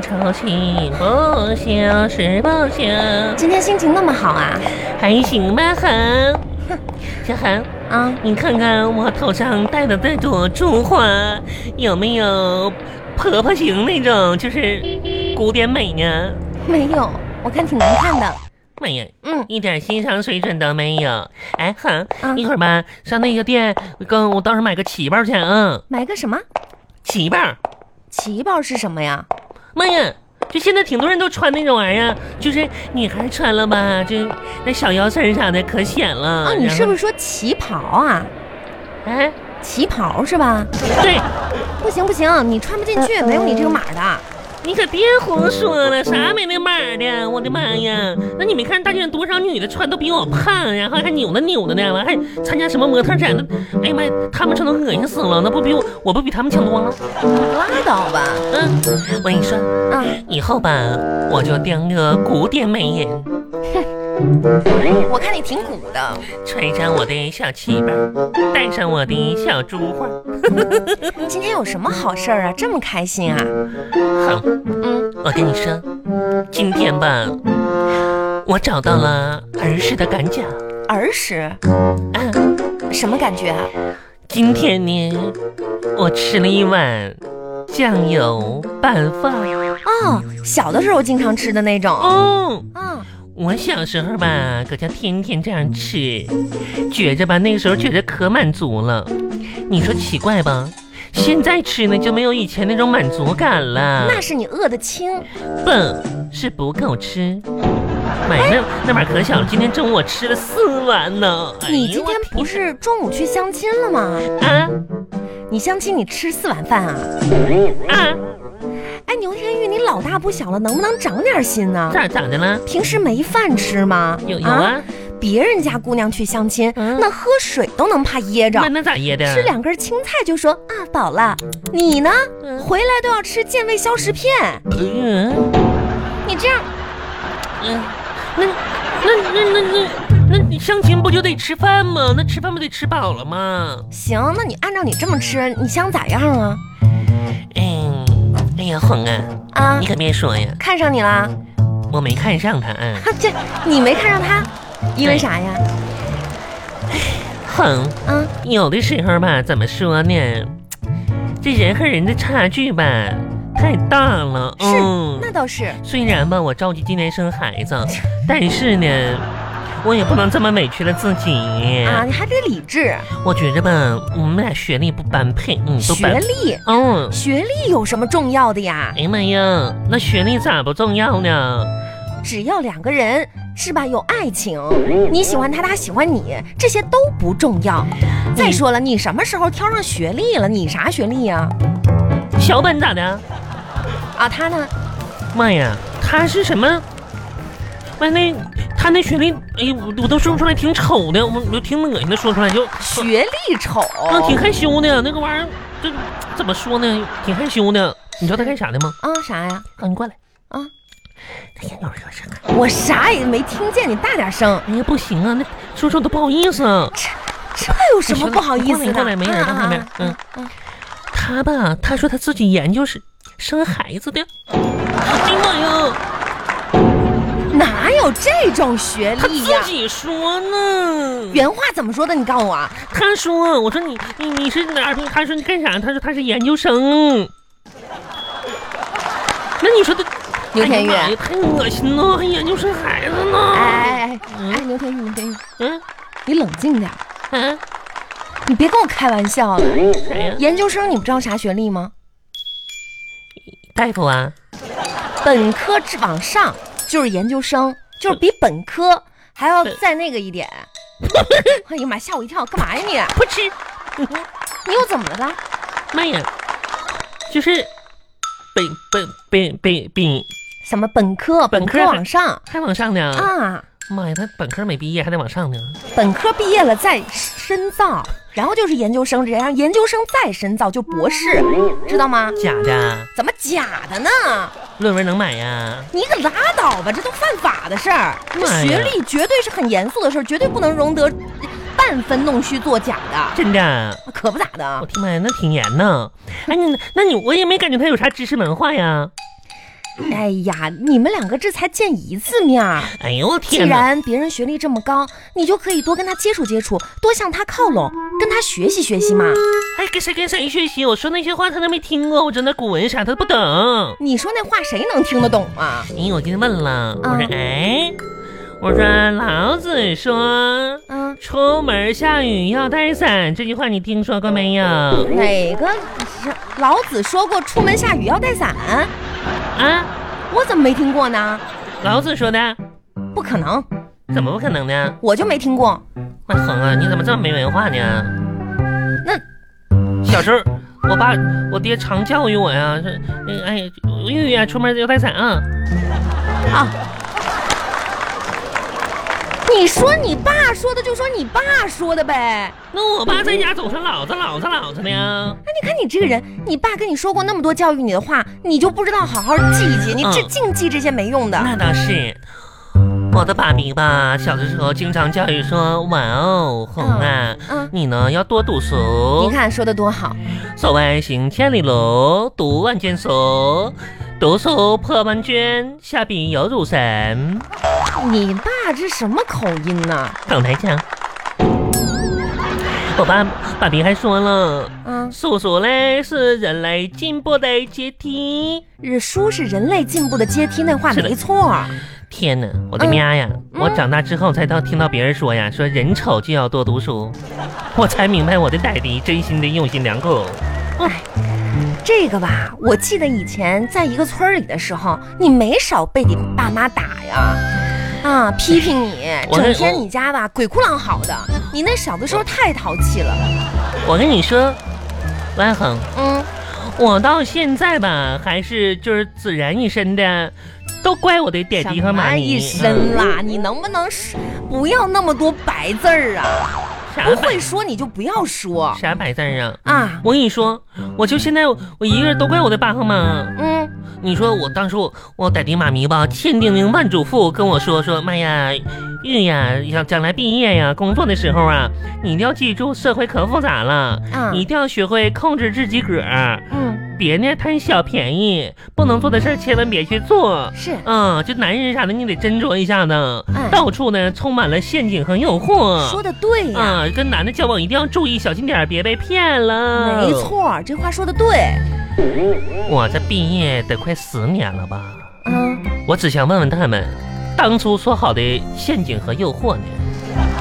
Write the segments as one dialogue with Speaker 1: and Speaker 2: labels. Speaker 1: 潮起不消，是不消，
Speaker 2: 今天心情那么好啊？
Speaker 1: 还行吧，恒。小恒，
Speaker 2: 啊，
Speaker 1: 你看看我头上戴的这朵珠花，有没有婆婆型那种，就是古典美呢？
Speaker 2: 没有，我看挺难看的。
Speaker 1: 妈呀，
Speaker 2: 嗯，
Speaker 1: 一点欣赏水准都没有！哎，恒，
Speaker 2: 嗯
Speaker 1: 一会儿吧，上那个店，跟我到时候买个旗袍去啊，
Speaker 2: 买个什么
Speaker 1: 旗袍。
Speaker 2: 旗袍是什么呀？
Speaker 1: 妈呀！就现在挺多人都穿那种玩意儿，就是女孩穿了吧，就那小腰身啥的可显了。
Speaker 2: 啊，你是不
Speaker 1: 是？
Speaker 2: 是说旗袍啊？
Speaker 1: 哎，
Speaker 2: 旗袍是吧？
Speaker 1: 对，
Speaker 2: 不行不行，你穿不进
Speaker 1: 嗯
Speaker 2: 去，没有你这个码的。
Speaker 1: 你可别胡说了，啥没那码儿的？我的妈呀！那你没看大街上多少女的穿都比我胖，然后还扭的扭的呢，完还参加什么模特展的？哎呀妈呀，她们穿都恶心死了，那不比我我不比她们强多了？
Speaker 2: 拉倒吧。
Speaker 1: 嗯，我跟你说，
Speaker 2: 啊，
Speaker 1: 以后吧，我就当个古典美人，
Speaker 2: 我看你挺鼓的。
Speaker 1: 穿上我的小旗袍，戴上我的小珠花。
Speaker 2: 嗯今天有什么好事儿啊？这么开心啊？
Speaker 1: 好，哦
Speaker 2: 嗯，
Speaker 1: 我跟你说，今天吧，我找到了儿时的感脚。
Speaker 2: 儿时
Speaker 1: 嗯，
Speaker 2: 什么感觉啊？
Speaker 1: 今天呢，我吃了一碗酱油拌饭。
Speaker 2: 哦，小的时候经常吃的那种。
Speaker 1: 哦，
Speaker 2: 啊，
Speaker 1: 我小时候吧，搁家天天这样吃，觉着吧，那时候觉着可满足了。你说奇怪吧？现在吃呢就没有以前那种满足感了。
Speaker 2: 那是你饿得轻。
Speaker 1: 笨是不够吃。买那那碗可小了，今天中午我吃了四碗呢。哎呦
Speaker 2: 你今天不是中午去相亲了吗？
Speaker 1: 我啊
Speaker 2: 你相亲你吃四碗饭啊？
Speaker 1: 啊？
Speaker 2: 哎，牛天玉，你老大不小了，能不能长点心呢？
Speaker 1: 咋咋的了？
Speaker 2: 平时没饭吃吗？
Speaker 1: 有有啊？
Speaker 2: 别人家姑娘去相亲，
Speaker 1: 嗯
Speaker 2: 那喝水都能怕噎着
Speaker 1: 那，那咋噎的？
Speaker 2: 吃两根青菜就说啊饱了。你呢，
Speaker 1: 嗯
Speaker 2: 回来都要吃健胃消食片。
Speaker 1: 嗯
Speaker 2: 你这样，
Speaker 1: 嗯，那那那那那那你相亲不就得吃饭吗？那吃饭不得吃饱了吗？
Speaker 2: 行，那你按照你这么吃，你想咋样啊？
Speaker 1: 嗯，哎呀，红啊，
Speaker 2: 啊
Speaker 1: 你，可别说呀，
Speaker 2: 看上你啦？
Speaker 1: 我没看上他啊，
Speaker 2: 哈，这你没看上他，因为啥呀？
Speaker 1: 哼。
Speaker 2: 啊，
Speaker 1: 有的时候吧，怎么说呢？这人和人的差距吧，太大了。
Speaker 2: 是
Speaker 1: 嗯，
Speaker 2: 那倒是。
Speaker 1: 虽然吧，我着急今年生孩子， 但是呢，我也不能这么委屈了自己。
Speaker 2: 啊，你还得理智，
Speaker 1: 我觉着吧，我们俩学历不般配，嗯，都
Speaker 2: 学
Speaker 1: 般。
Speaker 2: 历，
Speaker 1: 嗯，
Speaker 2: 学历有什么重要的呀？
Speaker 1: 哎呀妈呀，那学历咋不重要呢？
Speaker 2: 只要两个人是吧，有爱情，你喜欢他，他喜欢你，这些都不重要。再说了，你什么时候挑上学历了？你啥学历呀、
Speaker 1: 小本咋的？
Speaker 2: 啊？他呢？
Speaker 1: 妈呀，他是什么？妈那他那学历，哎呦，我我都说不出来，挺丑的，我我挺恶心的，说出来就
Speaker 2: 学历丑。
Speaker 1: 啊，挺害羞的，那个玩意儿，这怎么说呢？挺害羞的。你知道他干啥的吗？
Speaker 2: 啊，啥呀？
Speaker 1: 啊，你过来。
Speaker 2: 啊，
Speaker 1: 哎呀，有人有声啊！
Speaker 2: 我啥也没听见，你大点声。
Speaker 1: 哎呀，不行啊，那说说都不好意思。啊哎
Speaker 2: 这有什么不好意思
Speaker 1: 过来，
Speaker 2: 的？
Speaker 1: 过来没人到
Speaker 2: 啊
Speaker 1: 旁边。嗯，他吧，他说他自己研究是生孩子的。哎呀妈呀，
Speaker 2: 哪有这种学
Speaker 1: 他
Speaker 2: 历哎呀、
Speaker 1: 自己说呢。
Speaker 2: 原话怎么说的？你告诉我啊！
Speaker 1: 他说，我说你你你是哪儿的？他说你干啥？他说他是研究生。那你说他
Speaker 2: 牛天玉
Speaker 1: 哎呀妈呀太恶心了，还研究生孩子呢。
Speaker 2: 哎哎哎
Speaker 1: 嗯
Speaker 2: 哎，牛天玉，牛天玉，
Speaker 1: 嗯
Speaker 2: 你冷静点儿，
Speaker 1: 嗯，
Speaker 2: 你别跟我开玩笑了。
Speaker 1: 谁呀？
Speaker 2: 研究生你不知道啥学历吗？
Speaker 1: 大夫啊？
Speaker 2: 本科之往上就是研究生，就是比本科还要再那个一 点。哎呀妈，吓我一跳！干嘛呀你？
Speaker 1: 不吃。
Speaker 2: 你又怎么了？
Speaker 1: 妈呀，就是本本本本本
Speaker 2: 什么本科？
Speaker 1: 本
Speaker 2: 本
Speaker 1: 科嗯
Speaker 2: 科往上
Speaker 1: 还往上呢？
Speaker 2: 啊？
Speaker 1: 妈呀，他本科没毕业还得往上呢。
Speaker 2: 本科毕业了再深造，然后就是研究生，然后研究生再深造就博士，知道吗？
Speaker 1: 假的，
Speaker 2: 怎么假的呢？
Speaker 1: 论文能买呀？
Speaker 2: 你可拉倒吧，这都犯法的事儿。这
Speaker 1: 妈呀
Speaker 2: 学历绝对是很严肃的事儿，绝对不能容得半分弄虚作假的。
Speaker 1: 真的。
Speaker 2: 可不咋的啊
Speaker 1: 我。天妈呀，那挺严呢！哎，你那你我也没感觉他有啥知识文化呀。
Speaker 2: 哎呀，你们两个这才见一次面儿。
Speaker 1: 哎呦
Speaker 2: 既
Speaker 1: 天哪！
Speaker 2: 然别人学历这么高，你就可以多跟他接触接触，多向他靠拢，跟他学习学习嘛。
Speaker 1: 哎，跟谁跟谁学习？我说那些话他都没听过，我真的古文啥他都不懂。
Speaker 2: 你说那话谁能听得懂啊？
Speaker 1: 哎，我给他问了，我说
Speaker 2: 嗯
Speaker 1: 哎，我说老子说
Speaker 2: 嗯，
Speaker 1: 出门下雨要带伞，这句话你听说过没有？
Speaker 2: 哪个老子说过出门下雨要带伞？
Speaker 1: 啊，
Speaker 2: 我怎么没听过呢？
Speaker 1: 老子说的，
Speaker 2: 不可能，
Speaker 1: 怎么不可能呢？
Speaker 2: 我就没听过。
Speaker 1: 那恒啊，你怎么这么没文化呢？
Speaker 2: 那
Speaker 1: 小时候，我爸我爹常教育我呀，说那个哎，玉玉啊，出门要带伞啊。
Speaker 2: 啊，你说你爸说的就说你爸说的呗。
Speaker 1: 那我爸在家总是老子老子老子呢。
Speaker 2: 那你看你这个人，
Speaker 1: 嗯
Speaker 2: 你爸跟你说过那么多教育你的话，你就不知道好好记一记，你这
Speaker 1: 嗯
Speaker 2: 净记这些没用的。
Speaker 1: 那倒是，我的爸比吧，小的时候经常教育说，哇哦，红啊。
Speaker 2: 嗯，
Speaker 1: 你呢要多读
Speaker 2: 你
Speaker 1: 书，
Speaker 2: 看说的多好。
Speaker 1: 所谓行千里路，读万卷书，读书破万卷，下笔犹如神。
Speaker 2: 你爸这什么口音呢、
Speaker 1: 刚才讲，我爸爸比还说了。
Speaker 2: 嗯，
Speaker 1: 叔叔嘞是人类进步的阶梯。
Speaker 2: 日书是人类进步的阶梯，那话
Speaker 1: 是的
Speaker 2: 没错儿。
Speaker 1: 天哪，我的妈呀！
Speaker 2: 嗯
Speaker 1: 我长大之后才到听到别人说呀，说人丑就要多读书，我才明白我的歹迪真心的用心良苦。
Speaker 2: 哎这个吧，我记得以前在一个村儿里的时候，你没少被你爸妈打呀，啊，批评你，
Speaker 1: 我
Speaker 2: 整
Speaker 1: 是
Speaker 2: 天
Speaker 1: 我
Speaker 2: 你家吧鬼哭狼嚎的，你那小的时候太淘气了，
Speaker 1: 我跟你说，万恒，
Speaker 2: 嗯，
Speaker 1: 我到现在吧，还是就是孜然一身的，都怪我的爹
Speaker 2: 什
Speaker 1: 地和妈
Speaker 2: 么
Speaker 1: 咪。
Speaker 2: 一身啦，你能不能是不要那么多白字儿啊？
Speaker 1: 嗯啥
Speaker 2: 不
Speaker 1: 白
Speaker 2: 会说你就不要说
Speaker 1: 啥白字儿啊？
Speaker 2: 啊，
Speaker 1: 我跟你说，我就现在我一个人都怪我的爸和妈。
Speaker 2: 嗯，
Speaker 1: 你说我当时我我逮定妈咪吧，千叮咛万嘱咐跟我说说，妈呀，玉呀，要将来毕业呀，工作的时候啊，你一定要记住，社会可复杂了，
Speaker 2: 啊
Speaker 1: 你一定要学会控制自己个儿，
Speaker 2: 嗯，
Speaker 1: 别呢贪小便宜，不能做的事儿千万别去做。
Speaker 2: 是，
Speaker 1: 嗯，就男人啥的，你得斟酌一下呢。
Speaker 2: 哎
Speaker 1: 到处呢充满了陷阱和诱惑
Speaker 2: 说。的对呀，
Speaker 1: 啊，跟男的交往一定要注意，小心点儿，别被骗了。
Speaker 2: 没，错儿，这话说的对，
Speaker 1: 我这毕业得快十年了吧？
Speaker 2: 嗯。
Speaker 1: 我只想问问他们，当初说好的陷阱和诱惑呢？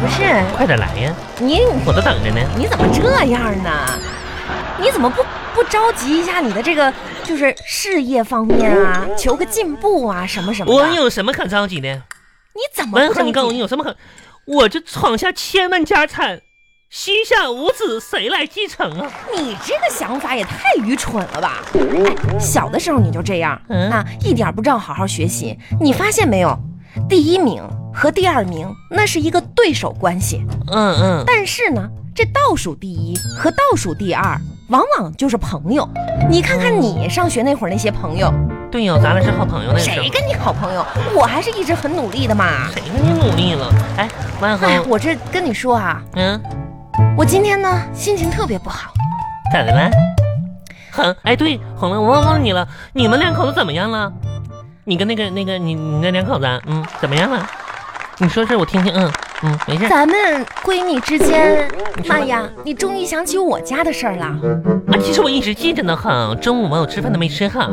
Speaker 2: 不是
Speaker 1: 快点来呀，
Speaker 2: 你，
Speaker 1: 我都等着呢。
Speaker 2: 你怎么这样呢？你怎么不不着急一下你的这个就是事业方面啊，求个进步啊，什么什么
Speaker 1: 我
Speaker 2: 的？
Speaker 1: 有什么可着急的？
Speaker 2: 你怎么
Speaker 1: 文
Speaker 2: 不着
Speaker 1: 恒，你告诉我
Speaker 2: 急
Speaker 1: 你？有什么可？我这闯下千万家产，膝下无子，谁来继承啊？
Speaker 2: 你这个想法也太愚蠢了吧！哎，小的时候你就这样
Speaker 1: 嗯
Speaker 2: 啊，一点不知道好好学习。你发现没有？第一名和第二名那是一个对手关系，
Speaker 1: 嗯嗯，
Speaker 2: 但是呢，这倒数第一和倒数第二往往就是朋友。你看看你上学那会儿那些朋友，
Speaker 1: 对呀、咱俩是好朋友那个时候
Speaker 2: 谁。跟你好朋友？我还是一直很努力的嘛。
Speaker 1: 谁跟你努力了？哎，万恒，
Speaker 2: 哎，我这跟你说啊，
Speaker 1: 嗯，
Speaker 2: 我今天呢心情特别不好。
Speaker 1: 咋的了？恒，哎，对，恒了，我忘问你了，你们两口子怎么样了？你跟那个那个你你那两口子啊，嗯，怎么样了？你说事我听听，嗯嗯，没 事。
Speaker 2: 咱们闺女之间，
Speaker 1: 你说吧
Speaker 2: 妈呀，你终于想起我家的事儿了。
Speaker 1: 啊，其实我一直记着呢，哈，中午我有吃饭都没吃哈。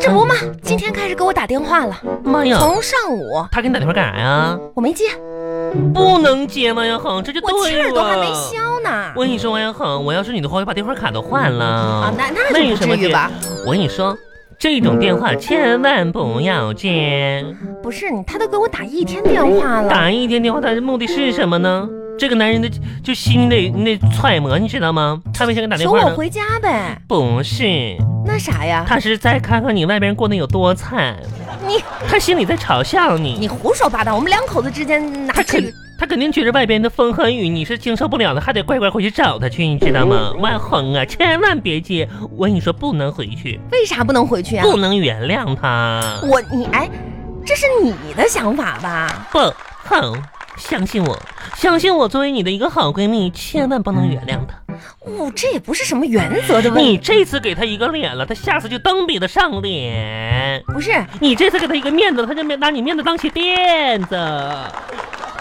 Speaker 2: 这不嘛，今天开始给我打电话了，
Speaker 1: 妈呀，
Speaker 2: 从上午
Speaker 1: 他给你打电话干啥呀？
Speaker 2: 我没接，
Speaker 1: 不能接吗？呀，哼，这就
Speaker 2: 我气
Speaker 1: 对
Speaker 2: 儿
Speaker 1: 了。
Speaker 2: 都还没消呢
Speaker 1: 我。跟你说，王呀，哼，我要是你的话，我把电话卡都换了。
Speaker 2: 啊
Speaker 1: 啊，
Speaker 2: 那那就不至于吧？
Speaker 1: 我跟你说，这种电话千万不要接。
Speaker 2: 不是你，他都给我打一天电话了。
Speaker 1: 打一天电话，他的目的是什么呢？这个男人的就心里你得揣摩，你知道吗？他为啥给你打电
Speaker 2: 求
Speaker 1: 话
Speaker 2: 我
Speaker 1: 呢？
Speaker 2: 回家呗？
Speaker 1: 不是，
Speaker 2: 那啥呀？
Speaker 1: 他是在看看你外边过得有多惨，
Speaker 2: 你
Speaker 1: 他心里在嘲笑你。
Speaker 2: 你胡说八道！我们两口子之间哪
Speaker 1: 他
Speaker 2: 至于
Speaker 1: 肯？他肯定觉得外边的风和雨你是经受不了的，还得乖乖回去找他去，你知道吗？
Speaker 2: 嗯
Speaker 1: 万恒啊，千万别接！我跟你说，不能回去，
Speaker 2: 为啥不能回去啊？
Speaker 1: 不能原谅他。
Speaker 2: 我你哎，这是你的想法吧？
Speaker 1: 不，哼，相信我，相信我，作为你的一个好闺蜜，千万不能原谅他。
Speaker 2: 哦，这也不是什么原则的问题，
Speaker 1: 你这次给他一个脸了，他下次就蹬比得上脸。
Speaker 2: 不是
Speaker 1: 你这次给他一个面子，他就没拿你面子当鞋垫子，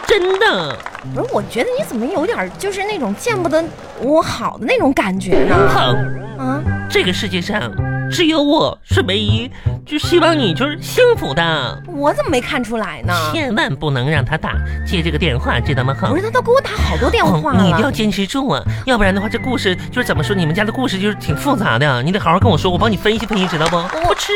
Speaker 1: 真的。
Speaker 2: 不是？我觉得你怎么有点儿就是那种见不得我好的那种感觉呢？
Speaker 1: 好，
Speaker 2: 啊，
Speaker 1: 这个世界上只有我是唯一，就希望你就是幸福的，
Speaker 2: 我怎么没看出来呢？
Speaker 1: 千万不能让他打接这个电话，知道吗？好
Speaker 2: 不。是，他都给我打好多电话
Speaker 1: 你一定要
Speaker 2: 了，
Speaker 1: 坚持住啊，要不然的话，这故啊事就是怎么说，你们家的故事就是挺复杂的，你得好好跟我说，我帮你分析分析，知道不？我吃